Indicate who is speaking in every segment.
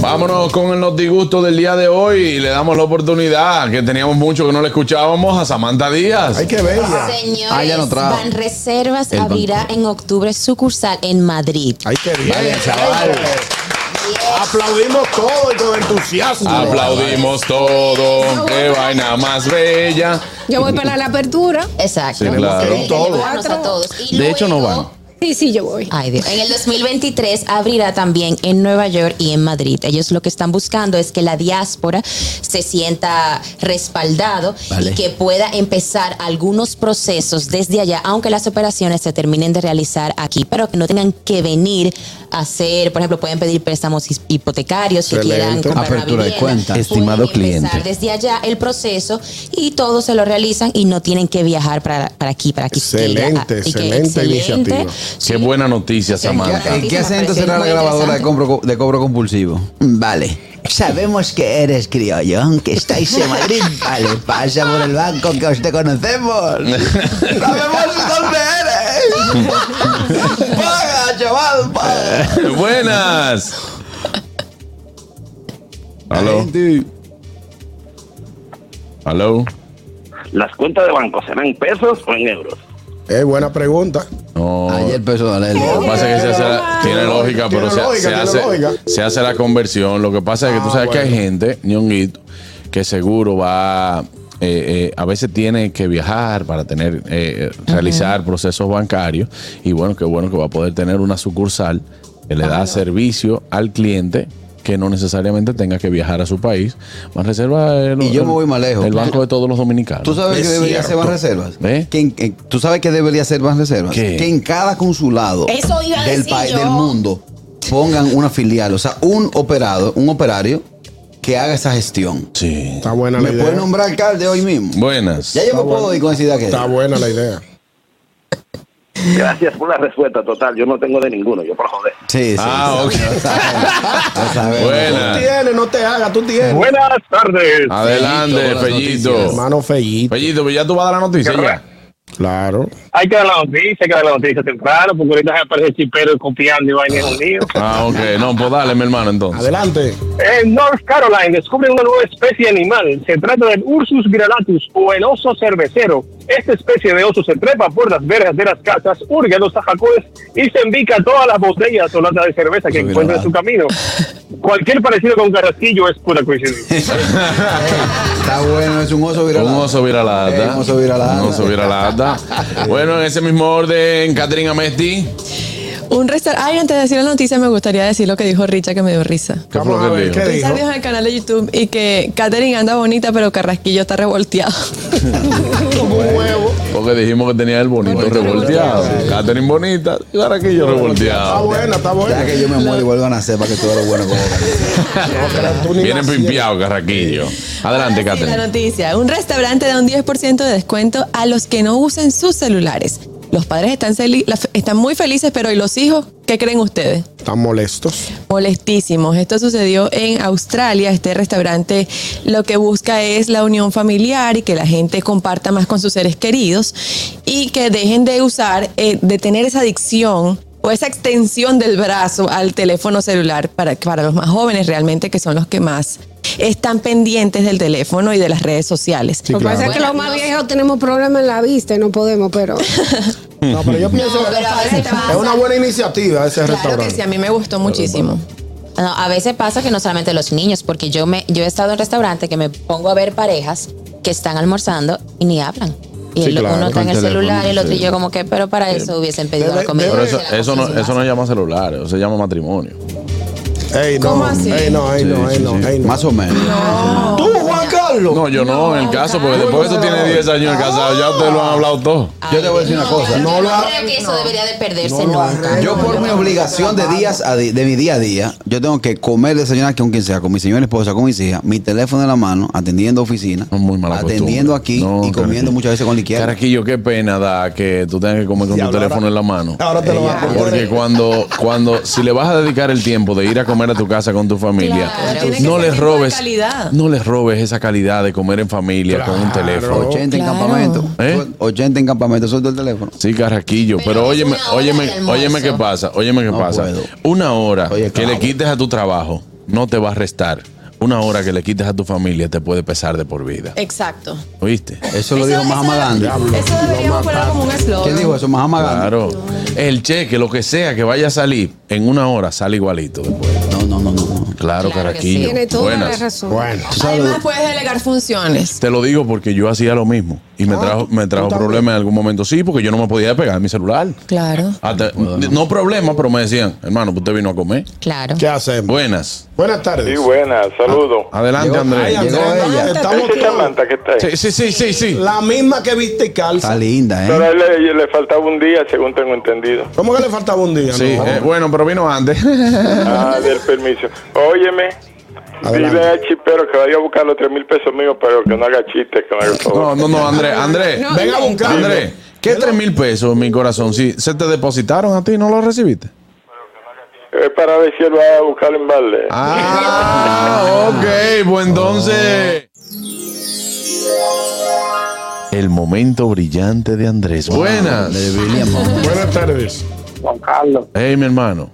Speaker 1: Vámonos con los disgustos del día de hoy y le damos la oportunidad que teníamos mucho que no le escuchábamos a Samantha Díaz.
Speaker 2: Ay, qué bella.
Speaker 3: Señores,
Speaker 4: Ah, ya no trajo.
Speaker 3: Banreservas
Speaker 4: El
Speaker 3: abrirá en octubre sucursal en Madrid.
Speaker 2: Ay, qué bien.
Speaker 4: Vaya, chaval.
Speaker 2: Aplaudimos todo y con entusiasmo.
Speaker 1: Aplaudimos todo, qué vaina más bella.
Speaker 5: Yo voy para la apertura.
Speaker 3: Exacto.
Speaker 1: Sí, claro.
Speaker 3: Tenemos que
Speaker 2: Todo.
Speaker 3: llevarnos a todos. Y
Speaker 4: De hecho, no
Speaker 3: luego-
Speaker 4: van.
Speaker 5: Sí, sí, yo voy.
Speaker 6: Ah.
Speaker 3: Ay, Dios. En el 2023 abrirá también en Nueva York y en Madrid. Ellos lo que están buscando es que la diáspora se sienta respaldado
Speaker 4: Vale.
Speaker 3: y que pueda empezar algunos procesos desde allá, aunque las operaciones se terminen de realizar aquí, pero que no tengan que venir a hacer, por ejemplo, pueden pedir préstamos his- hipotecarios si quieran
Speaker 2: Excelente.
Speaker 3: comprar una
Speaker 4: Apertura de
Speaker 3: vivienda.
Speaker 4: cuenta.
Speaker 3: Pueden
Speaker 4: Estimado
Speaker 3: empezar
Speaker 4: cliente.
Speaker 3: Desde allá el proceso y todo se lo realizan y no tienen que viajar para, para aquí, para aquí.
Speaker 2: Excelente, excelente iniciativa.
Speaker 1: Qué buena noticia, Samantha.
Speaker 4: ¿En qué acento será la grabadora de, compro- de cobro compulsivo?
Speaker 7: Vale. Sabemos que eres criollo, aunque estáis en Madrid. Vale, pasa por el banco que os te conocemos. Sabemos dónde eres. Paga, chaval, paga.
Speaker 1: Buenas. Aló, aló.
Speaker 8: ¿Las cuentas de banco serán en pesos o en euros?
Speaker 2: Es buena pregunta.
Speaker 1: No,
Speaker 4: Ayer peso de
Speaker 1: Lo
Speaker 4: la
Speaker 1: que pasa es que se hace la- tiene lógica,
Speaker 2: Tiene
Speaker 1: pero se,
Speaker 2: lógica,
Speaker 1: se
Speaker 2: tiene
Speaker 1: hace,
Speaker 2: lógica.
Speaker 1: se hace la conversión. Lo que pasa es que tú
Speaker 2: Ah,
Speaker 1: sabes que
Speaker 2: bueno.
Speaker 1: hay gente, ñonguito, que seguro va. eh, eh, a veces tiene que viajar para tener eh, realizar procesos bancarios. Y bueno, qué bueno que va a poder tener una sucursal que le da servicio al cliente que no necesariamente tenga que viajar a su país. Banreserva es el-
Speaker 4: Y yo me voy más lejos.
Speaker 1: El banco de todos los dominicanos.
Speaker 4: ¿Tú sabes
Speaker 2: Es
Speaker 4: que debería ser
Speaker 2: cierto.
Speaker 4: más reservas?
Speaker 1: ¿Eh?
Speaker 4: Que en- en- ¿Tú sabes que debería ser más reservas?
Speaker 1: ¿Qué?
Speaker 4: Que en cada consulado
Speaker 5: Eso iba a
Speaker 4: del,
Speaker 5: decir
Speaker 4: país
Speaker 5: yo.
Speaker 4: del mundo pongan una filial, o sea, un operado, un operario que haga esa gestión.
Speaker 1: Sí.
Speaker 2: Está buena la
Speaker 4: ¿Me
Speaker 2: idea.
Speaker 4: puede nombrar alcalde hoy mismo?
Speaker 1: Buenas.
Speaker 4: Ya yo me puedo ir con esa idea que
Speaker 2: Está buena la idea.
Speaker 8: Gracias por la respuesta total. Yo no tengo de ninguno, yo por joder.
Speaker 4: Sí, sí.
Speaker 1: Ah,
Speaker 4: sí,
Speaker 1: ok.
Speaker 4: ya sabemos, ya sabemos.
Speaker 1: Buena.
Speaker 2: Tú tienes, no te hagas, tú tienes.
Speaker 8: Buenas tardes.
Speaker 1: Adelante,
Speaker 4: Fellito, con las
Speaker 1: Fellito.
Speaker 4: noticias.
Speaker 2: Hermano Fellito.
Speaker 1: Fellito, pues ya tú vas a dar la noticia ya.
Speaker 2: Claro.
Speaker 8: Hay que dar la noticia, hay que dar la noticia temprano, porque ahorita se aparece chipero y copiando y vaina en el lío.
Speaker 1: Ah, ok. No, pues dale, mi hermano, entonces.
Speaker 2: Adelante.
Speaker 8: En North Carolina descubren una nueva especie animal. Se trata del Ursus viralatus o el oso cervecero. Esta especie de oso se trepa por las verjas de las casas, hurga en los tajacones y se embica todas las botellas o latas de cerveza que
Speaker 4: Uy,
Speaker 8: encuentra en
Speaker 4: viralatus.
Speaker 8: su camino. Cualquier parecido con Carrasquillo es pura coincidencia.
Speaker 4: Está bueno, es un oso viral.
Speaker 1: Un oso viralata.
Speaker 4: Eh, un oso viralata.
Speaker 1: Un oso viralata. bueno, en ese mismo orden, Catherine Amesti.
Speaker 6: Un restaurante. Ay, antes de decir la noticia, me gustaría decir lo que dijo Richa, que me dio risa.
Speaker 1: ¿Qué fue lo
Speaker 2: Vamos a
Speaker 1: que
Speaker 2: ver
Speaker 1: dijo?
Speaker 2: qué
Speaker 6: Richa
Speaker 2: dijo.
Speaker 6: dijo en el canal de YouTube y que Katherine anda bonita, pero Carrasquillo está revolteado.
Speaker 2: Como un huevo.
Speaker 1: Porque dijimos que tenía el bonito revolteado. Catherine bonita. Y ahora que yo
Speaker 2: Está
Speaker 1: revolteado.
Speaker 2: buena, está buena.
Speaker 4: Ya que yo me muero y vuelvo a nacer para que todo lo bueno como
Speaker 2: Tú ni
Speaker 1: Vienen
Speaker 2: naciste.
Speaker 1: pimpiados, carraquillo. Adelante,
Speaker 6: Ahora sí, La
Speaker 1: Catherine.
Speaker 6: noticia. Un restaurante da un 10% de descuento a los que no usen sus celulares. Los padres están, celi- la- están muy felices, pero ¿y los hijos? ¿Qué creen ustedes?
Speaker 2: Están molestos.
Speaker 6: molestísimos. Esto sucedió en Australia. Este restaurante lo que busca es la unión familiar y que la gente comparta más con sus seres queridos y que dejen de usar, eh, de tener esa adicción o esa extensión del brazo al teléfono celular para, para los más jóvenes realmente que son los que más están pendientes del teléfono y de las redes sociales.
Speaker 2: Sí,
Speaker 5: Lo que pasa
Speaker 2: claro.
Speaker 5: es que los más viejos tenemos problemas en la vista y no podemos, pero.
Speaker 2: No, pero yo pienso
Speaker 3: pero a veces
Speaker 2: que es una buena iniciativa ese
Speaker 6: Claro que
Speaker 2: restaurante.
Speaker 6: sí, a mí me gustó muchísimo.
Speaker 3: No, a veces pasa que no solamente los niños, porque yo me yo he estado en restaurantes que me pongo a ver parejas que están almorzando y ni hablan. Y
Speaker 2: Sí,
Speaker 3: el-
Speaker 2: claro,
Speaker 3: uno está en
Speaker 4: con
Speaker 3: el
Speaker 4: teléfono,
Speaker 3: celular y el otro y
Speaker 4: sí.
Speaker 3: yo como que, pero para eso hubiesen pedido
Speaker 2: debe-
Speaker 3: la comida.
Speaker 1: Pero
Speaker 2: debe-
Speaker 1: eso,
Speaker 3: Se la
Speaker 1: eso, no,
Speaker 3: cocinen en su
Speaker 1: eso no
Speaker 3: casa.
Speaker 1: llama celular, eso se llama matrimonio.
Speaker 2: Ey, no.
Speaker 6: ¿Cómo así?
Speaker 2: Ey, no, ey, no, ey, no, ey, no.
Speaker 4: Más o menos.
Speaker 2: Tú, Juan Carlos. Carlos.
Speaker 1: No, yo no, en el caso, porque después que tú tienes 10 años de casado, ya ustedes lo han hablado todo.
Speaker 4: Yo te voy a decir una cosa.
Speaker 3: No,
Speaker 2: No
Speaker 3: lo
Speaker 2: lo ha-
Speaker 3: creo que eso debería de
Speaker 2: no lo
Speaker 3: perderse nunca.
Speaker 4: Yo
Speaker 2: arreglo.
Speaker 4: por mi obligación de días a di- de mi día a día, yo tengo que comer, desayunar con quien sea, con mi señora esposa, con mis hijas, mi teléfono en la mano, atendiendo oficina,
Speaker 1: No, Muy mala
Speaker 4: atendiendo
Speaker 1: costumbre.
Speaker 4: aquí
Speaker 1: No,
Speaker 4: y comiendo
Speaker 1: Caraquillo.
Speaker 4: muchas veces con la izquierda.
Speaker 1: Caraquillo, qué pena da que tú tengas que comer con
Speaker 2: Y
Speaker 1: tu
Speaker 2: ahora-
Speaker 1: teléfono en la mano. Eh,
Speaker 2: Ahora te lo vas a
Speaker 4: Ella-
Speaker 2: comer.
Speaker 1: Porque cuando, cuando, si le vas a dedicar el tiempo de ir a comer a tu casa con tu familia,
Speaker 6: Claro, tiene que
Speaker 1: no
Speaker 6: ser
Speaker 1: les
Speaker 6: tiempo de
Speaker 1: robes,
Speaker 6: calidad.
Speaker 1: no les robes esa calidad de comer en familia con un teléfono.
Speaker 4: 80 en
Speaker 6: Claro.
Speaker 4: campamento.
Speaker 1: ¿Eh?
Speaker 4: 80 en campamento, suelto el teléfono.
Speaker 1: Sí, Carraquillo, pero,
Speaker 3: Pero es
Speaker 1: óyeme,
Speaker 3: una hora de
Speaker 1: óyeme,
Speaker 3: almuerzo.
Speaker 1: óyeme qué pasa, óyeme qué
Speaker 4: No
Speaker 1: pasa.
Speaker 4: puedo.
Speaker 1: Una hora
Speaker 4: Oye,
Speaker 1: que le
Speaker 4: clavo.
Speaker 1: quites a tu trabajo no te va a restar. Una hora que le quites a tu familia te puede pesar de por vida.
Speaker 6: Exacto.
Speaker 1: ¿Oíste?
Speaker 4: Eso lo dijo Mahama Gandhi.
Speaker 6: Eso deberíamos ponerlo como un
Speaker 4: ¿Quién
Speaker 6: eslogan.
Speaker 4: dijo eso? Mahama Gandhi.
Speaker 1: Claro. El cheque, lo que sea que vaya a salir, en una hora sale igualito después.
Speaker 4: No, no, no, no, no.
Speaker 1: Claro,
Speaker 3: Claro que sí.
Speaker 1: Caraquillo.
Speaker 5: Tiene toda
Speaker 1: Buenas.
Speaker 5: la razón.
Speaker 2: Bueno.
Speaker 6: Además, puedes delegar funciones.
Speaker 1: Te lo digo porque yo hacía lo mismo y
Speaker 5: Ah,
Speaker 1: me trajo, me trajo problemas en algún momento. Sí, porque yo no me podía pegar en mi celular.
Speaker 6: Claro.
Speaker 1: Hasta- no problemas, pero me decían, hermano, usted vino a comer.
Speaker 3: Claro.
Speaker 2: ¿Qué hacemos?
Speaker 1: Buenas.
Speaker 2: Buenas tardes.
Speaker 8: Sí, buenas, saludos.
Speaker 1: Adelante,
Speaker 4: Llegó-
Speaker 1: Andrés.
Speaker 2: Ay, Andrés,
Speaker 4: Llegó ella.
Speaker 2: Estamos
Speaker 6: Ah.
Speaker 8: Esa
Speaker 2: todos-
Speaker 8: Samantha que está ahí.
Speaker 1: Sí, sí, sí, sí, sí.
Speaker 2: La misma que viste y
Speaker 4: Está
Speaker 2: calza.
Speaker 4: linda,
Speaker 8: Pero a
Speaker 4: ¿eh?
Speaker 8: él le, le faltaba un día, según tengo entendido.
Speaker 2: ¿Cómo que le faltaba un día?
Speaker 1: Sí,
Speaker 2: No.
Speaker 1: eh, bueno, pero vino antes.
Speaker 8: Ah, del permiso. Óyeme,
Speaker 2: Adelante.
Speaker 8: dile al chipero que vaya a buscar los tres mil pesos míos, pero que no haga chistes, que no haga
Speaker 1: No,
Speaker 8: favor.
Speaker 1: no, no, Andrés, Andrés.
Speaker 5: No,
Speaker 2: Venga a buscar.
Speaker 1: Andrés, ¿qué tres mil pesos, mi corazón? Si se te depositaron a ti, ¿no los recibiste?
Speaker 8: Es para ver si él va a buscar en balde.
Speaker 1: Ah, ok, pues entonces. El momento brillante de Andrés. Buenas.
Speaker 4: De William Mahama.
Speaker 2: Buenas tardes.
Speaker 9: Juan Carlos,
Speaker 1: Hey, mi hermano.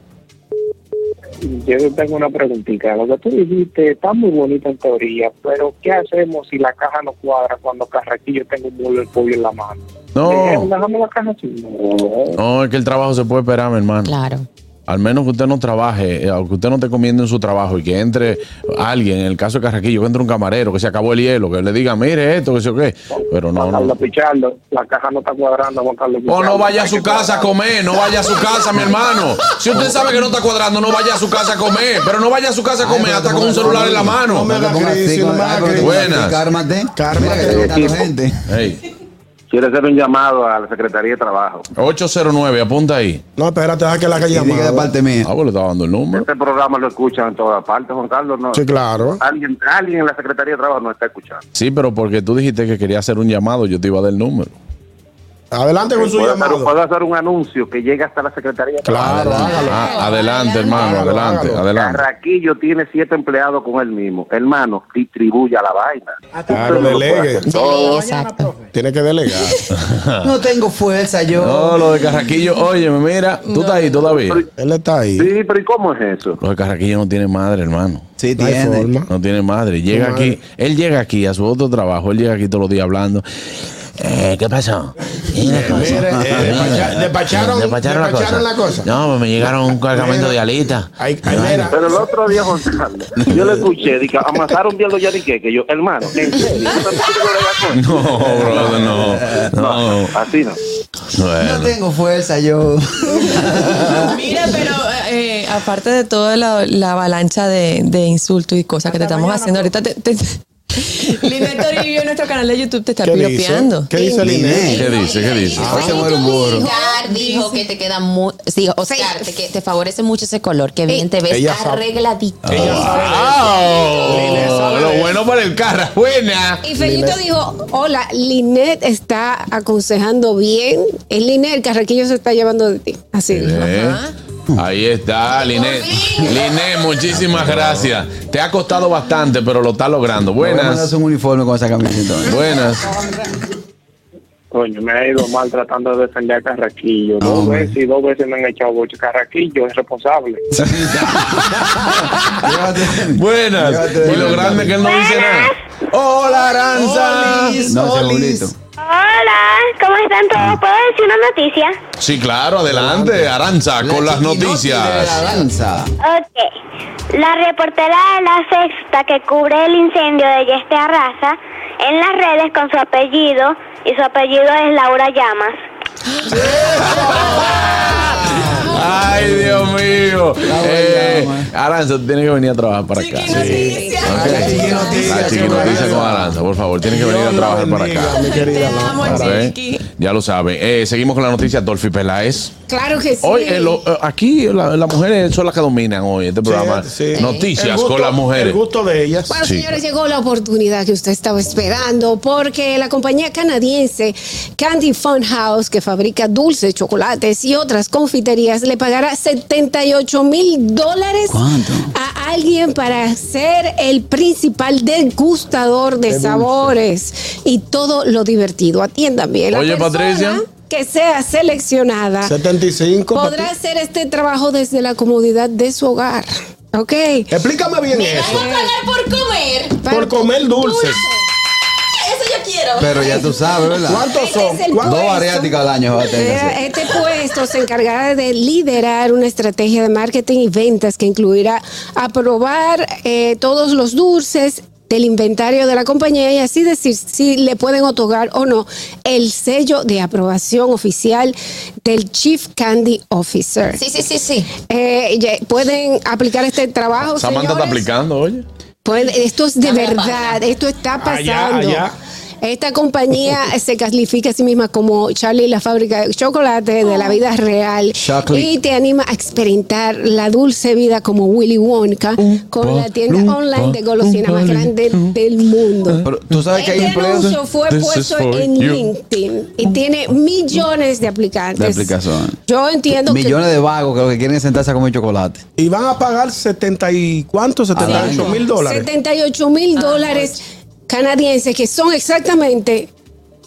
Speaker 9: yo tengo una preguntita. Lo que tú dijiste está muy bonito en teoría, pero ¿qué hacemos si la caja no cuadra cuando Carraquillo tengo un mueble del pollo en la mano? Eh,
Speaker 1: No,
Speaker 9: ¿Dejamos la caja así? No.
Speaker 1: no, es que el trabajo se puede esperar, mi hermano.
Speaker 3: Claro.
Speaker 1: Al menos que usted no trabaje, eh, o que usted no esté comiendo en su trabajo y que entre alguien, en el caso de Carraquillo, que entre un camarero, que se acabó el hielo, que le diga, mire esto, que sé yo qué. Pero no,
Speaker 9: Juan
Speaker 1: no.
Speaker 9: Carlos Pichardo, la caja no está cuadrando, Juan Carlos
Speaker 1: O
Speaker 9: Pichardo.
Speaker 1: no vaya a
Speaker 9: Hay
Speaker 1: su
Speaker 9: que
Speaker 1: casa a
Speaker 9: cuadrar.
Speaker 1: comer, no vaya a su casa, mi hermano. Si usted sabe que no está cuadrando, no vaya a su casa a comer. Pero no vaya a su casa a comer hasta con un celular en la mano.
Speaker 2: No me
Speaker 4: Te pongas
Speaker 2: Cris,
Speaker 4: así
Speaker 2: no
Speaker 4: con-
Speaker 2: me
Speaker 4: ay,
Speaker 2: hagas
Speaker 4: pero te
Speaker 2: Cris.
Speaker 4: pongas así,
Speaker 1: Buenas.
Speaker 4: Cármate.
Speaker 2: Cármate.
Speaker 4: Mira que te gustan los gente.
Speaker 1: Ey,
Speaker 9: Quiero hacer un llamado a la Secretaría de Trabajo.
Speaker 1: 809, apunta ahí.
Speaker 2: No, espérate, deja que la calle
Speaker 4: Y diga de
Speaker 2: llamada.
Speaker 4: parte mía.
Speaker 1: Ah, pues le estaba dando el número.
Speaker 9: Este programa lo escuchan en todas partes, Juan Carlos. No.
Speaker 2: Sí, claro.
Speaker 9: Alguien, alguien en la Secretaría de Trabajo no está escuchando.
Speaker 1: Sí, pero porque tú dijiste que quería hacer un llamado, yo te iba a dar el número.
Speaker 2: Adelante con su
Speaker 9: Puedo hacer,
Speaker 2: llamado.
Speaker 9: puedo hacer un anuncio que llega hasta la Secretaría de
Speaker 2: Claro, hágalo.
Speaker 1: Ah, adelante, hermano,
Speaker 2: Hágalo,
Speaker 1: adelante,
Speaker 2: hágalo.
Speaker 1: adelante.
Speaker 9: Carraquillo tiene siete empleados con él mismo. Hermano, distribuya la vaina.
Speaker 2: Claro, delegue.
Speaker 3: Delegue, exacto.
Speaker 2: Tiene que delegar.
Speaker 7: No tengo fuerza yo.
Speaker 1: No, lo de Carraquillo, oye, mira, tú estás ahí todavía.
Speaker 2: Él está ahí.
Speaker 9: Sí, pero ¿y cómo es eso?
Speaker 1: Los de Carraquillo no tienen madre, hermano.
Speaker 4: Sí,
Speaker 2: No hay
Speaker 4: tiene.
Speaker 2: forma.
Speaker 1: No tiene madre. Llega
Speaker 2: madre.
Speaker 1: aquí, él llega aquí a su otro trabajo, él llega aquí todos los días hablando. Eh, ¿Qué pasó? Y una cosa.
Speaker 2: mire, eh, despacha- despacharon- despacharon la cosa.
Speaker 1: No, pues, me llegaron un cargamento de alitas.
Speaker 2: Ahí, ahí, mira.
Speaker 9: Pero el otro día, Juan Carlos, yo le escuché, dije, amasaron bien los yaniqueques. Yo, hermano, ¿en serio? ¿Eso es lo que yo le hago?
Speaker 1: No, brother, no. No.
Speaker 9: Así no.
Speaker 1: Bueno.
Speaker 7: No tengo fuerza yo.
Speaker 6: Mira, pero eh, aparte de toda la, la avalancha de, de insultos y cosas que te estamos haciendo ahorita, te, te, Linet Toribio en nuestro canal de YouTube te está
Speaker 2: ¿Qué dice?
Speaker 6: piropeando.
Speaker 2: ¿Qué dice Liné?
Speaker 1: ¿Qué dice? ¿Qué dice?
Speaker 2: Ah.
Speaker 4: Hoy se muere un burro.
Speaker 3: Oscar dijo que te queda muy. Sí, Oscar, te, que te favorece mucho ese color. Que bien te ves
Speaker 2: Ella sabe.
Speaker 3: arregladito.
Speaker 1: ¡Wow! Lo bueno para el carro. Buena.
Speaker 5: Y Fellito dijo, hola, Linet está aconsejando bien. Es Linet, el carraquillo se está llevando de ti. Así dijo.
Speaker 1: Eh, Ahí está, Liné.
Speaker 2: Pues
Speaker 1: Liné, muchísimas gracias. Te ha costado bastante, pero lo está logrando.
Speaker 4: Buenas.
Speaker 1: Buenas.
Speaker 4: un uniforme con esa camiseta. ¿eh?
Speaker 1: Buenas.
Speaker 9: Coño, me ha ido mal tratando de defender a Carraquillo. Dos
Speaker 4: Hombre.
Speaker 9: veces y dos veces me han echado boche. Carraquillo es responsable.
Speaker 4: Llévate.
Speaker 1: Buenas.
Speaker 4: Llévate.
Speaker 1: Y lo grande es que él no dice nada. ¡Hola, Aranza!
Speaker 4: No, segurito.
Speaker 10: Hola, ¿cómo están
Speaker 4: Mm.
Speaker 10: todos? ¿Puedo decir una noticia?
Speaker 1: Sí, claro, adelante, Aranza, con las
Speaker 4: chiquinoti de La
Speaker 1: noticias.
Speaker 4: danza.
Speaker 10: Ok. La reportera de la sexta que cubre el incendio de Yeste Arrasa en las redes con su apellido y su apellido es Laura Llamas.
Speaker 1: Ay, Dios mío. Eh, Aranza, tú tienes que venir a trabajar para acá. Sí. Ok. La chiquinoticia con Aranza, por favor. Tienes que venir a trabajar para acá. Para ver. Ya lo saben. Eh, seguimos con la noticia. Dolphy Peláez.
Speaker 5: Claro que sí.
Speaker 1: Hoy, eh, lo- eh, aquí la- las mujeres son las que dominan hoy este programa. Noticias
Speaker 2: El gusto-
Speaker 1: con las mujeres.
Speaker 2: El gusto de ellas.
Speaker 5: Bueno, señores, llegó la oportunidad que usted estaba esperando porque la compañía canadiense Candy Fun House, que fabrica dulces, chocolates y otras confiterías, le pagará 78 mil dólares a alguien para ser el principal degustador de, sabores y todo lo divertido. Atiendan bien. La
Speaker 2: Oye,
Speaker 5: persona
Speaker 2: Patricia.
Speaker 5: Que sea seleccionada
Speaker 2: 75.
Speaker 5: podrá
Speaker 2: Patri-
Speaker 5: hacer este trabajo desde la comodidad de su hogar. Ok.
Speaker 2: Explícame bien eso.
Speaker 3: por comer.
Speaker 2: Eh, Por comer dulces.
Speaker 3: Eso yo quiero.
Speaker 4: Pero ya tú sabes, ¿verdad?
Speaker 5: ¿Cuántos son? Este es el ¿Cuántos?
Speaker 4: Dos variáticas al año
Speaker 1: Ah,
Speaker 4: va a tener que hacer.
Speaker 5: Eh, Este puesto se encargará de liderar una estrategia de marketing y ventas que incluirá aprobar eh, todos los dulces del inventario de la compañía y así decir si le pueden otorgar o no el sello de aprobación oficial del Chief Candy Officer.
Speaker 3: Sí, sí, sí, sí.
Speaker 5: Eh, ya- pueden aplicar este trabajo.
Speaker 1: Samantha está
Speaker 5: señores?
Speaker 1: aplicando, oye.
Speaker 5: Pues, esto es de
Speaker 3: Dame la
Speaker 5: verdad, esto está pasando.
Speaker 1: allá.
Speaker 5: Esta compañía se califica a sí misma como Charlie la fábrica de chocolate de la vida real
Speaker 4: Chocolate.
Speaker 5: y te anima a experimentar la dulce vida como Willy Wonka con la tienda
Speaker 4: Oompa,
Speaker 5: online de golosina más
Speaker 4: Oompa,
Speaker 5: grande del mundo.
Speaker 4: Pero tú sabes que hay
Speaker 5: Este
Speaker 4: empleos.
Speaker 5: anuncio fue
Speaker 4: This is
Speaker 5: puesto
Speaker 4: for
Speaker 5: en
Speaker 4: you.
Speaker 5: LinkedIn y tiene millones de aplicantes.
Speaker 4: De aplicación.
Speaker 5: Yo entiendo que
Speaker 4: Millones de vagos que lo que quieren es sentarse a comer chocolate.
Speaker 2: Y van a pagar 70 y cuánto,
Speaker 4: Ah,
Speaker 2: 78 mil dólares.
Speaker 5: 78 mil dólares canadienses que son exactamente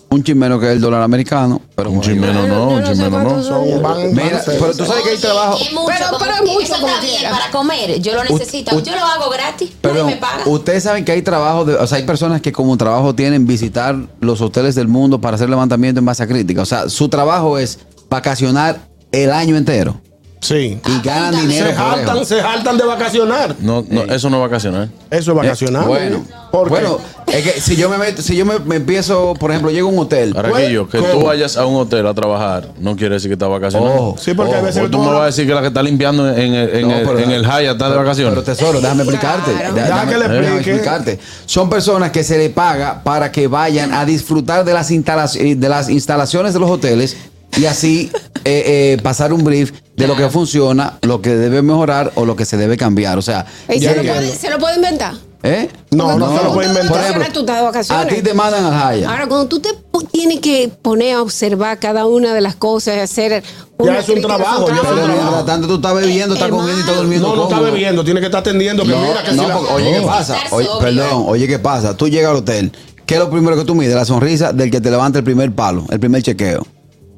Speaker 4: Un chimeno que es el dólar americano. Pero un
Speaker 1: chimeno no, un chimeno no.
Speaker 4: Mira, pero tú sabes que hay trabajo.
Speaker 3: Es mucho,
Speaker 5: Pero-
Speaker 3: como-
Speaker 5: pero es mucho
Speaker 3: eso
Speaker 5: como
Speaker 3: está bien
Speaker 5: quiera.
Speaker 3: para comer. Yo lo necesito.
Speaker 4: ut-
Speaker 3: yo lo hago gratis. Nadie
Speaker 4: Perdón,
Speaker 3: me paga.
Speaker 4: ustedes saben que hay trabajo, de- o sea, hay personas que como trabajo tienen visitar los hoteles del mundo para hacer levantamiento en base a crítica. O sea, su trabajo es vacacionar el año entero.
Speaker 2: Sí.
Speaker 4: Y ganan dinero
Speaker 2: Se
Speaker 4: por
Speaker 2: jaltan,
Speaker 4: eso.
Speaker 2: se jaltan de vacacionar.
Speaker 1: No, no, eso no es vacacional.
Speaker 2: Eso es vacacionar.
Speaker 4: Eh, bueno,
Speaker 2: ¿Por qué?
Speaker 4: bueno, es que si yo me meto, si yo me, me empiezo, por ejemplo, llego a un hotel.
Speaker 1: Carraquillo, que tú
Speaker 4: ¿Cómo?
Speaker 1: vayas a un hotel a trabajar no quiere decir que estás vacacionando.
Speaker 4: Ojo, Sí, porque a ojo. veces
Speaker 1: O tú
Speaker 4: tú
Speaker 1: me
Speaker 4: no-
Speaker 1: vas a decir que la que está limpiando en el, en
Speaker 4: Oh, No,
Speaker 1: el,
Speaker 4: pero
Speaker 1: en
Speaker 4: da-
Speaker 1: el Haya está de
Speaker 4: pero-
Speaker 1: vacaciones.
Speaker 4: Pero tesoro, déjame explicarte.
Speaker 5: Claro.
Speaker 4: Da-
Speaker 2: Deja que le
Speaker 4: déjame
Speaker 2: explique.
Speaker 4: explicarte. Son personas que se le paga para que vayan a disfrutar de las, instala- eh, de las instalaciones de los hoteles y así eh, eh, pasar un brief de lo que funciona, lo que debe mejorar o lo que se debe cambiar. O sea, ¿eh?
Speaker 5: Ey,
Speaker 4: ya
Speaker 5: se, lo
Speaker 4: que-
Speaker 5: puede, se lo puede inventar.
Speaker 4: ¿eh?
Speaker 2: No, no se lo puede
Speaker 5: Por
Speaker 2: inventar.
Speaker 5: ejemplo, tú estás de
Speaker 4: A
Speaker 5: vacaciones.
Speaker 4: ti te mandan al Jaya.
Speaker 5: Ahora, cuando tú te po- tienes que poner a observar cada una de las cosas, hacer una
Speaker 2: es un
Speaker 5: crítica,
Speaker 2: trabajo, ya
Speaker 4: Pero
Speaker 2: no,
Speaker 4: mientras tanto tú estás bebiendo, estás comiendo y estás durmiendo.
Speaker 2: No, no está
Speaker 4: cómodo.
Speaker 2: bebiendo, tiene que estar atendiendo. Que
Speaker 4: No,
Speaker 2: mira que
Speaker 4: no,
Speaker 2: si la-
Speaker 4: porque- oye, ¿qué pasa?
Speaker 3: Estar
Speaker 4: Oye,
Speaker 3: sobrio.
Speaker 4: perdón, oye, ¿qué pasa? Tú llegas al hotel. ¿Qué es lo primero que tú mides? La sonrisa del que te levanta el primer palo, el primer chequeo.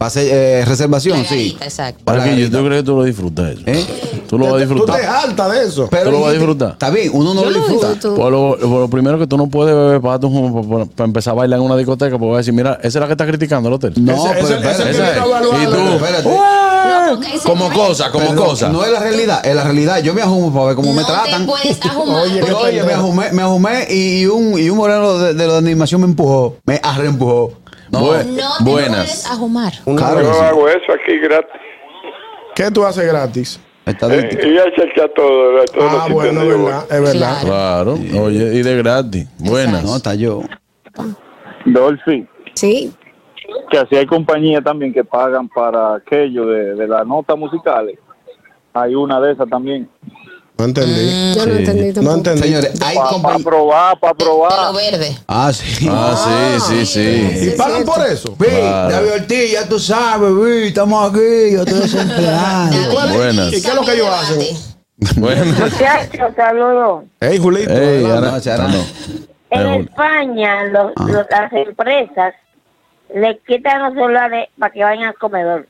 Speaker 4: ¿Va a hacer, eh, reservación? Sí.
Speaker 3: Clarita, Exacto.
Speaker 1: Carraquillo, ¿tú crees que tú lo disfrutas eso?
Speaker 4: ¿Eh?
Speaker 1: Tú lo vas a
Speaker 2: Tú te
Speaker 1: disfrutar.
Speaker 2: jaltas de eso.
Speaker 4: Pero
Speaker 1: Tú lo vas a
Speaker 4: dijiste-
Speaker 1: disfrutar.
Speaker 4: Está bien, uno no
Speaker 5: Yo
Speaker 4: lo
Speaker 5: lo
Speaker 4: disfruta.
Speaker 5: disfruto.
Speaker 1: Por Pues lo, por lo primero que tú no puedes beber para, empezar a bailar en una discoteca, porque vas a decir, mira, esa es la que está criticando el hotel.
Speaker 4: No,
Speaker 2: Ese-
Speaker 4: pero
Speaker 2: ese- ese
Speaker 4: espérate.
Speaker 2: tiene que
Speaker 1: Esa es.
Speaker 2: evaluarlo.
Speaker 1: Y tú,
Speaker 4: Espérate.
Speaker 1: ¡Ué!
Speaker 3: ese
Speaker 1: como
Speaker 3: no es.
Speaker 1: cosa, como
Speaker 4: Perdón,
Speaker 1: cosa.
Speaker 4: No es la realidad, es la realidad. Yo me ajumo para ver cómo me
Speaker 3: No te
Speaker 4: tratan.
Speaker 3: puedes ajumar
Speaker 4: Oye,
Speaker 3: porque-
Speaker 4: oye, me ajumé, me ajumé y, y un, y un moreno de, de la animación me empujó. Me arreempujó. No,
Speaker 1: Bue-
Speaker 3: No te puedes
Speaker 1: buenas.
Speaker 3: ahumar.
Speaker 4: claro
Speaker 9: Yo
Speaker 4: que sí.
Speaker 9: hago eso aquí gratis.
Speaker 2: ¿Qué tú haces gratis?
Speaker 4: Está
Speaker 9: Eh,
Speaker 4: adicto.
Speaker 9: ella chequea todo. a todos los
Speaker 2: Ah,
Speaker 9: sitios
Speaker 2: bueno, es
Speaker 9: donde yo
Speaker 2: verdad, es verdad.
Speaker 1: Claro, oye, y de gratis. Buenas.
Speaker 4: No, está yo.
Speaker 9: voy. Dolphy,
Speaker 5: Sí.
Speaker 9: que así hay compañías también que pagan para aquello de, de las notas musicales. Hay una de esas también.
Speaker 2: No entendí.
Speaker 5: Ah, Yo no entendí
Speaker 2: No
Speaker 5: tampoco.
Speaker 4: eh,
Speaker 2: entendí.
Speaker 4: Señores, hay
Speaker 9: Para
Speaker 4: compañías.
Speaker 9: probar, para
Speaker 3: Pelo
Speaker 9: probar.
Speaker 3: verde.
Speaker 4: Ah, sí.
Speaker 1: Ah, sí, sí,
Speaker 2: ¿Y
Speaker 1: sí.
Speaker 2: pagan por eso?
Speaker 4: Vi,
Speaker 1: Claro.
Speaker 4: David Ortiz, ya tú sabes, vi, estamos aquí, yo estoy desempleado.
Speaker 2: ¿Cuál es-
Speaker 1: Buenas.
Speaker 2: ¿Y qué es lo que ellos hacen?
Speaker 1: Buenas.
Speaker 10: saludos.
Speaker 2: Ey, Julito.
Speaker 1: Ey,
Speaker 2: adelante.
Speaker 1: ahora-
Speaker 4: Chara,
Speaker 1: ah,
Speaker 4: no.
Speaker 10: En
Speaker 1: Eh,
Speaker 10: España, los- los- las empresas le quitan los celulares para que vayan al comedor.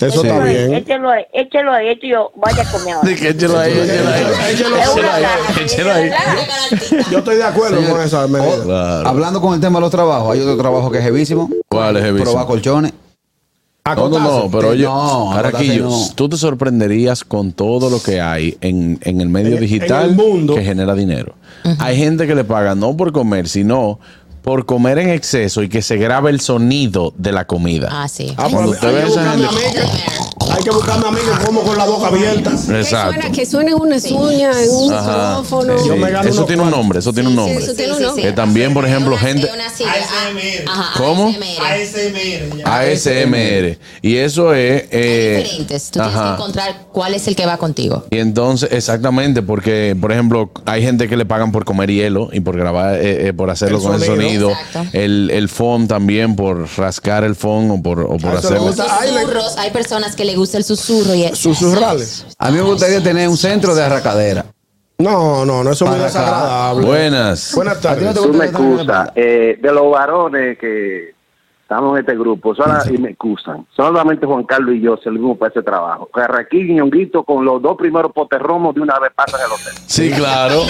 Speaker 2: Eso
Speaker 4: Sí.
Speaker 2: está
Speaker 10: Échelo ahí,
Speaker 2: bien.
Speaker 10: Échelo ahí, échelo ahí, esto yo vaya a comer ahora.
Speaker 1: no. Que échelo ahí, échelo ahí.
Speaker 2: Échelo
Speaker 10: Es una
Speaker 2: ahí.
Speaker 10: caja,
Speaker 1: échelo ahí.
Speaker 2: Yo estoy de acuerdo
Speaker 4: Señores,
Speaker 2: con esa medida.
Speaker 1: oh, Claro.
Speaker 4: Hablando con el tema de los trabajos, hay otro trabajo que es jevísimo.
Speaker 1: ¿Cuál es jevísimo?
Speaker 4: Probar colchones.
Speaker 1: No, no, no,
Speaker 2: Acotarse.
Speaker 1: pero oye,
Speaker 4: No,
Speaker 1: Caraquillo,
Speaker 4: acotarse no.
Speaker 1: tú te sorprenderías con todo lo que hay en, en el medio
Speaker 2: En- en
Speaker 1: digital
Speaker 2: el mundo.
Speaker 1: que genera dinero. Hay gente que le paga no por comer, sino por comer en exceso y que se grabe el sonido de la comida.
Speaker 3: Ah, sí.
Speaker 2: Ah, pero
Speaker 1: Cuando usted ve
Speaker 2: hay, que
Speaker 1: esa
Speaker 2: buscarme a mí
Speaker 1: gente-
Speaker 2: que, hay que buscarme a mí que como con la boca abierta.
Speaker 1: Exacto.
Speaker 5: Suena, que suenen unas uñas en un
Speaker 1: Ajá.
Speaker 5: micrófono.
Speaker 1: Sí.
Speaker 2: Yo me gano
Speaker 1: Eso
Speaker 2: unos
Speaker 1: tiene un
Speaker 2: cuantos.
Speaker 1: nombre, eso tiene un nombre.
Speaker 5: eso tiene un nombre.
Speaker 1: Que también, por ejemplo, gente
Speaker 3: Una silla. Ajá,
Speaker 1: ¿Cómo?
Speaker 3: ASMR.
Speaker 1: ASMR. Y eso es... eh,
Speaker 3: Diferentes. Tú tienes
Speaker 1: ajá.
Speaker 3: que encontrar cuál es el que va contigo.
Speaker 1: Y entonces, exactamente, porque, por ejemplo, hay gente que le pagan por comer hielo y por grabar, eh, eh, por hacerlo
Speaker 2: El
Speaker 1: con
Speaker 2: sonido.
Speaker 1: el sonido.
Speaker 3: Exacto.
Speaker 1: El, el foam también, por rascar el foam o por, o por
Speaker 2: Ah, eso le
Speaker 1: hacerlo.
Speaker 2: gusta. Ay, le-
Speaker 3: Susurros, hay personas que le gusta el susurro y
Speaker 2: Susurrales.
Speaker 4: A mí me gustaría tener un centro de arracadera.
Speaker 2: No, no, no, eso es muy
Speaker 4: Para acá.
Speaker 2: desagradable.
Speaker 1: Buenas.
Speaker 2: Buenas
Speaker 4: ¿A ti no
Speaker 2: tardes.
Speaker 4: te
Speaker 11: Tú
Speaker 4: gusta
Speaker 11: me
Speaker 4: que te hagan
Speaker 11: excusas, eh, de los varones que estamos en este grupo, sola- y me excusan, solamente Juan Carlos y yo servimos para ese trabajo. Carraquín y Ñonguito con los dos primeros poterromos de una vez pasan el hotel.
Speaker 1: Sí, claro.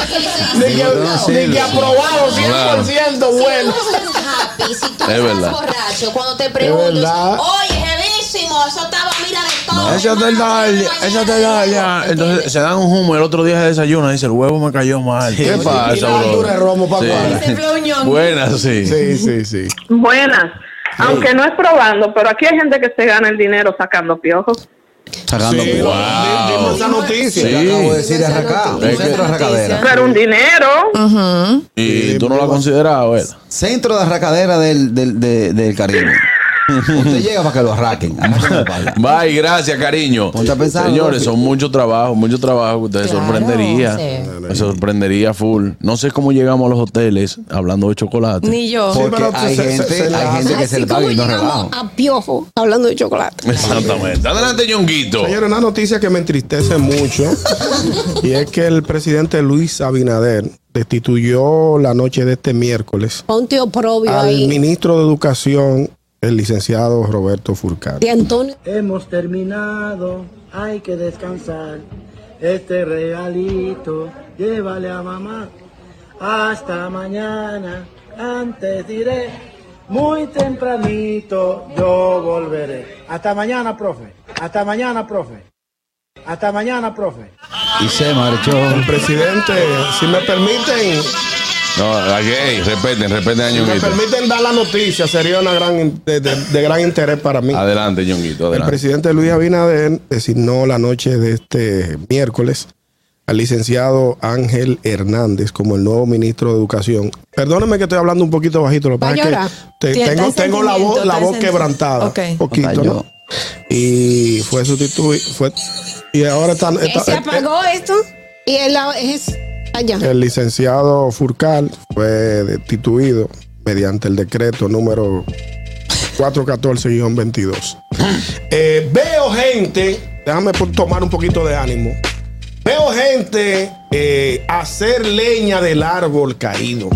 Speaker 2: Ni que, ni que aprobado 100% bueno.
Speaker 3: Si tú estás happy, si tú
Speaker 1: Es
Speaker 3: estás
Speaker 1: verdad.
Speaker 3: borracho, cuando te preguntas,
Speaker 2: verdad.
Speaker 3: oye, jevísimo, eso estaba, mira de todo.
Speaker 1: Eso te
Speaker 3: hermano,
Speaker 1: da,
Speaker 3: mañana
Speaker 1: eso te
Speaker 3: de
Speaker 1: da,
Speaker 3: nuevo",
Speaker 1: ya. Ah, Entonces
Speaker 3: ¿entiendes?
Speaker 1: se dan un humo el otro día se desayuna y dice, el huevo me cayó mal. ¿Qué
Speaker 2: sí.
Speaker 1: pasa,
Speaker 2: Y la altura de romo, papá.
Speaker 6: Ese flow ñongo.
Speaker 1: Buenas, sí.
Speaker 2: Sí, sí, sí.
Speaker 12: Buenas. Aunque no es probando, pero aquí hay gente que se gana el dinero sacando piojos.
Speaker 4: Sacando
Speaker 2: Sí,
Speaker 4: piedra.
Speaker 1: Wow.
Speaker 2: dimos esa noticia.
Speaker 1: Sí.
Speaker 4: Te acabo de decir arracá, un
Speaker 1: Es que-
Speaker 4: centro de arracadera.
Speaker 12: Pero un dinero.
Speaker 6: Ujú.
Speaker 1: Y tú no lo has considerado, ¿verdad?
Speaker 4: Centro de arracadera del, del, de- del Caribe. Usted llega para que lo arraquen. arraquen la espalda.
Speaker 1: Bye, gracias, cariño.
Speaker 4: Ponte a pensar,
Speaker 1: Señores,
Speaker 4: Rocky.
Speaker 1: son mucho trabajo, mucho trabajo que ustedes
Speaker 3: Claro,
Speaker 1: sorprendería.
Speaker 3: sí.
Speaker 1: Me sorprendería full. No sé cómo llegamos a los hoteles hablando de chocolate.
Speaker 6: Ni yo.
Speaker 2: Sí,
Speaker 4: Porque
Speaker 2: pero
Speaker 4: hay
Speaker 2: se- se-
Speaker 4: gente,
Speaker 2: se la
Speaker 4: hay gente que se
Speaker 5: Así
Speaker 4: le
Speaker 5: como
Speaker 4: paga y no
Speaker 5: llegamos
Speaker 4: relajo.
Speaker 5: a Piojo hablando de chocolate.
Speaker 1: Exactamente. Adelante, Ñonguito.
Speaker 2: Señor, una noticia que me entristece mucho y es que el presidente Luis Abinader destituyó la noche de este miércoles
Speaker 5: Ponte oprobio
Speaker 2: al
Speaker 5: ahí.
Speaker 2: ministro de Educación, el licenciado Roberto Furcado.
Speaker 5: De Antonio.
Speaker 2: Eh.
Speaker 13: Hemos terminado, hay que descansar. Este regalito, llévale a mamá. Hasta mañana, antes diré. Muy tempranito yo volveré. Hasta mañana, profe. Hasta mañana, profe. Hasta mañana, profe.
Speaker 4: Y se marchó.
Speaker 2: El presidente, si me permiten,
Speaker 1: No, aquí, ey, respeten, respeten a
Speaker 2: si me
Speaker 1: Ñonguito.
Speaker 2: permiten dar la noticia, sería una gran de, de- de gran interés para mí.
Speaker 1: Adelante, Ñonguito,
Speaker 2: El
Speaker 1: adelante.
Speaker 2: presidente Luis Abinader designó la noche de este miércoles al licenciado Ángel Hernández como el nuevo ministro de Educación. Perdóneme que estoy hablando un poquito bajito, lo que
Speaker 5: Va a
Speaker 2: pasa es que
Speaker 5: llorar.
Speaker 2: te-
Speaker 6: Sí, está
Speaker 2: tengo,
Speaker 6: en
Speaker 2: tengo la voz, la
Speaker 6: sentimiento,
Speaker 2: voz
Speaker 6: está en
Speaker 2: quebrantada.
Speaker 6: sentimiento. Ok.
Speaker 2: Poquito, ¿no? Y fue sustituido, fue y ahora está, está-
Speaker 5: Se apagó esto y el lado es allá.
Speaker 2: el licenciado Furcal fue destituido mediante el decreto número 414-22. Eh, veo gente, déjame por- tomar un poquito de ánimo. Veo gente eh, hacer leña del árbol caído.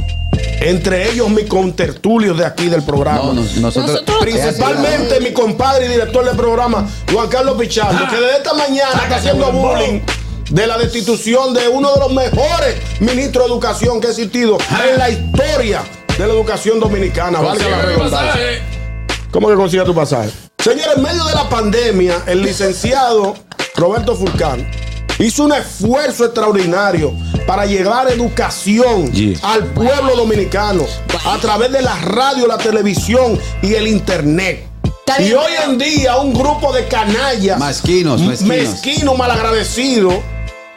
Speaker 2: Entre ellos mis contertulios de aquí del
Speaker 4: No,
Speaker 2: programa.
Speaker 4: no, nosotros,
Speaker 2: Principalmente mi compadre y director del programa, Juan Carlos Pichardo, que desde esta mañana está haciendo bullying de la destitución de uno de los mejores ministros de educación que ha existido en la historia de la educación dominicana. Valga la redundancia. ¿Cómo que consigue tu pasaje? Señores, en medio de la pandemia, el licenciado Roberto Fulcán hizo un esfuerzo extraordinario para llevar educación
Speaker 1: Yeah.
Speaker 2: al pueblo dominicano a través de la radio, la televisión y el internet.
Speaker 3: Está
Speaker 2: Y
Speaker 3: bien.
Speaker 2: hoy en día un grupo de canallas
Speaker 4: Mezquinos, mezquinos.
Speaker 2: mezquinos, malagradecidos,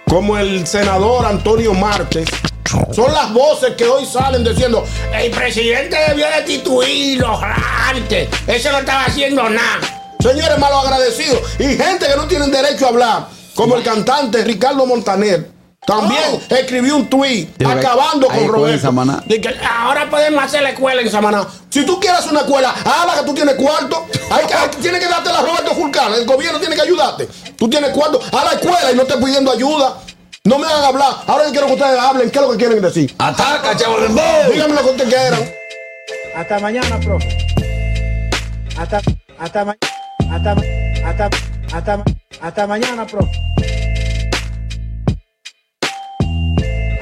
Speaker 2: como el senador Antonio Martes, son las voces que hoy salen diciendo: el presidente debió destituirlo antes, ese no estaba haciendo nada. Señores malos agradecidos y gente que no tienen derecho a hablar, como el cantante Ricardo Montaner. También escribió un tuit
Speaker 4: Digo, hay-
Speaker 2: acabando
Speaker 4: hay
Speaker 2: con
Speaker 4: escuela en
Speaker 2: Roberto.
Speaker 4: Samaná.
Speaker 2: De que ahora podemos hacer la escuela en Samaná. Si tú quieres una escuela, habla que tú tienes cuarto. Hay que, hay que- tiene que darte la Roberto Fulcán. El gobierno tiene que ayudarte. Tú tienes cuarto. A la escuela y no estés pidiendo ayuda. No me hagan hablar. Ahora yo quiero que ustedes hablen. ¿Qué es lo que quieren decir?
Speaker 4: Ataca, chavo del
Speaker 2: Díganme lo que ustedes quieran.
Speaker 13: Hasta mañana, profe. Hasta, hasta, ma- hasta, ma- hasta, hasta, ma- hasta mañana, profe.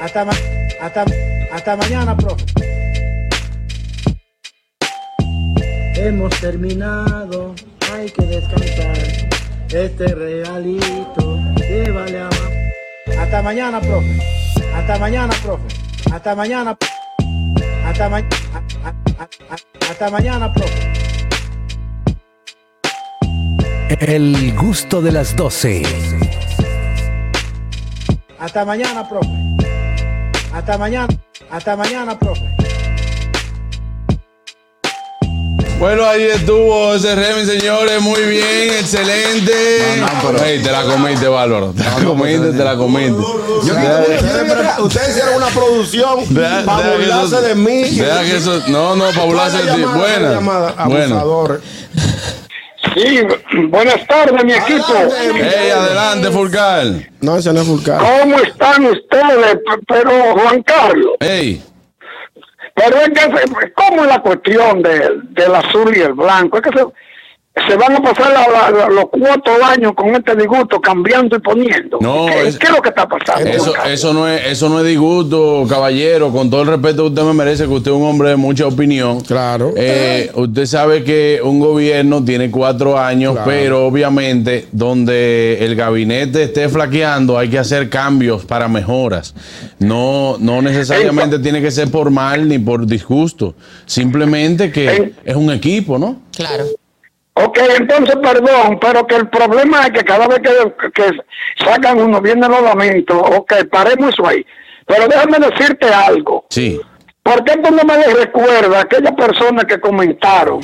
Speaker 13: Hasta, ma- hasta, hasta mañana, profe. Hemos terminado, hay que descansar. Este realito, llévale a ma- Hasta mañana, profe. Hasta mañana, profe. Hasta mañana. Hasta mañana. Hasta mañana, profe.
Speaker 14: El gusto de las 12.
Speaker 13: Hasta mañana, profe. Hasta mañana. Hasta mañana, profe.
Speaker 1: Bueno, ahí estuvo ese Remy, señores. Muy bien, excelente. Ey, te la comiste, Bárbaro. Te la comiste, te la comiste.
Speaker 2: Ustedes, ustedes hicieron una producción
Speaker 1: Deja-
Speaker 2: para
Speaker 1: deja que eso-
Speaker 2: burlarse de mí.
Speaker 1: deja que eso- no, no, para burlarse de ti.
Speaker 2: Llamada,
Speaker 1: Buena,
Speaker 2: llamada,
Speaker 1: buena.
Speaker 2: abusadores.
Speaker 9: Sí, buenas tardes, mi equipo.
Speaker 1: Ey, adelante, Furcal.
Speaker 2: No, ese no es Fulcar.
Speaker 9: ¿Cómo están ustedes? P- Pero, Juan Carlos.
Speaker 1: Ey.
Speaker 9: Pero es que, se- pues, ¿cómo es la cuestión de- del azul y el blanco? Es que se, se van a pasar la- la- la- los cuatro años con este disgusto, cambiando y poniendo.
Speaker 1: No,
Speaker 9: ¿Qué,
Speaker 1: es-
Speaker 9: qué es lo que está pasando?
Speaker 1: Eso, eso, no es, eso no es disgusto, caballero. Con todo el respeto que usted me merece, que usted es un hombre de mucha opinión. Claro. Eh, usted sabe que un gobierno tiene cuatro años,
Speaker 2: Claro.
Speaker 1: pero obviamente donde el gabinete esté flaqueando hay que hacer cambios para mejoras. No, no necesariamente tiene que ser por mal ni por disgusto. Simplemente que es un equipo, ¿no?
Speaker 3: Claro.
Speaker 9: Ok, entonces perdón, pero que el problema es que cada vez que, que sacan uno, vienen los lamentos. Ok, paremos eso ahí. Pero déjame decirte algo.
Speaker 1: Sí.
Speaker 9: ¿Por qué tú no me les recuerdas a aquellas personas que comentaron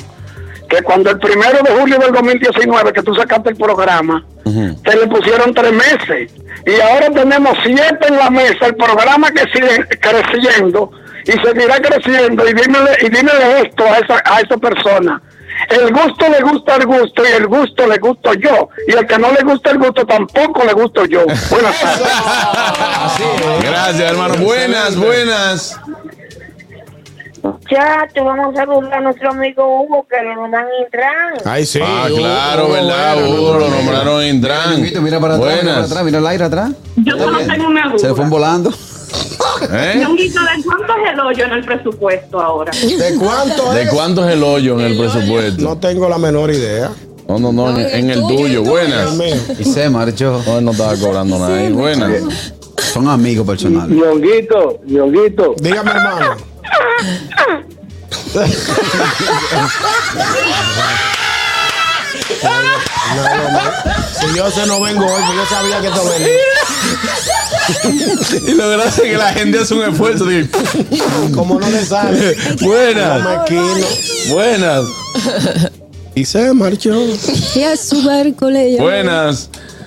Speaker 9: que cuando el primero de julio del 2019 que tú sacaste el programa, te le pusieron tres meses? Y ahora tenemos siete en la mesa, el programa que sigue creciendo y seguirá creciendo. Y dímele, y dímele esto a esa, a esa persona. El gusto le gusta al gusto y el gusto le gusto yo. Y el que no le gusta el gusto tampoco le gusto yo. Buenas tardes.
Speaker 1: Gracias, hermano. Buenas, buenas.
Speaker 10: Chacho, vamos a saludar a nuestro amigo Hugo que lo mandan entrar.
Speaker 1: Ay, sí. Ah, claro, ¿verdad? Hugo, lo nombraron Intran.
Speaker 4: Oh, Mira para atrás, mira para atrás, mira el aire atrás.
Speaker 12: Yo solo tengo una duda.
Speaker 4: Se le fueron volando.
Speaker 1: ¿Eh?
Speaker 12: Ñonguito, ¿de cuánto es el hoyo en el presupuesto ahora?
Speaker 2: ¿De cuánto
Speaker 1: ¿De
Speaker 2: es?
Speaker 1: cuánto es el hoyo en el presupuesto?
Speaker 2: No tengo la menor idea.
Speaker 1: No, no, no, en, en el tuyo, buenas.
Speaker 4: Y se marchó.
Speaker 1: No, no estaba cobrando nada. ¿eh? Buenas.
Speaker 4: Son amigos personales.
Speaker 11: Ñonguito, Ñonguito.
Speaker 2: Dígame, hermano. No, no, no. Si yo se no vengo hoy, que yo sabía que esto venía.
Speaker 1: Y lo gracioso es que la gente hace un esfuerzo.
Speaker 2: Como no le sale.
Speaker 1: Buenas.
Speaker 2: No me quino.
Speaker 1: Buenas.
Speaker 2: Y se marchó.
Speaker 5: Y a su barco le llamó.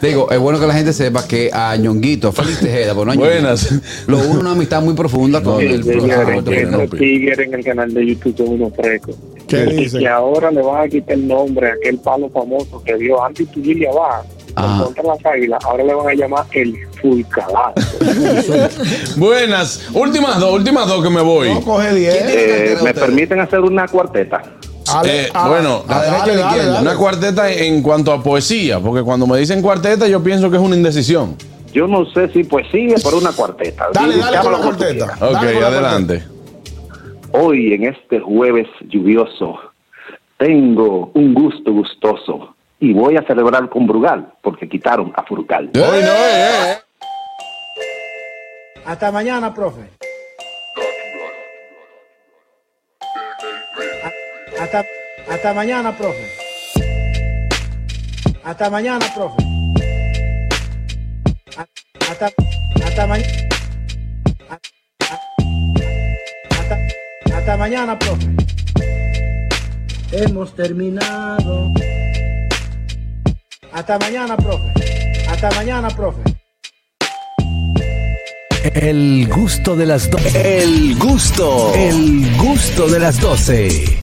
Speaker 4: Digo, es bueno que la gente sepa que a Ñonguito, Félix Tejeda, bueno, a Ñonguito,
Speaker 1: Buenas.
Speaker 4: Lo une una amistad muy profunda con
Speaker 11: Sí,
Speaker 4: el
Speaker 11: señores,
Speaker 4: profesor.
Speaker 11: que estos tigres en el canal de YouTube son unos frescos.
Speaker 4: ¿Qué
Speaker 11: y
Speaker 4: dicen?
Speaker 11: que ahora le van a quitar el nombre a aquel palo famoso que dio antes tu Lilia va
Speaker 4: Ah.
Speaker 11: contra las águilas, ahora le van a llamar el Fulcalazo.
Speaker 1: Buenas. Últimas dos, últimas dos que me voy.
Speaker 2: coge 10.
Speaker 11: Eh, ¿Me permiten hacer una cuarteta?
Speaker 1: Eh, bueno,
Speaker 11: a- dale, dale, dale.
Speaker 1: una cuarteta en cuanto a poesía, porque cuando me dicen cuarteta yo pienso que es una indecisión.
Speaker 11: Yo no sé si poesía, pero una cuarteta.
Speaker 2: Dale,
Speaker 11: Sí,
Speaker 2: dale con la
Speaker 11: llámalo como tú
Speaker 2: corteta.
Speaker 11: quieras.
Speaker 1: Ok,
Speaker 11: Dale con la
Speaker 1: adelante.
Speaker 11: Hoy, en este jueves lluvioso, tengo un gusto gustoso y voy a celebrar con Brugal porque quitaron a Furcal.
Speaker 1: ¡Eh!
Speaker 13: Hasta mañana, profe. A- Hasta, hasta mañana, profe. Hasta mañana, profe. A- Hasta, hasta mañana. Hasta, hasta mañana, profe. Hemos terminado. Hasta mañana, profe. Hasta mañana, profe.
Speaker 14: El gusto de las 12. El gusto. El gusto de las 12.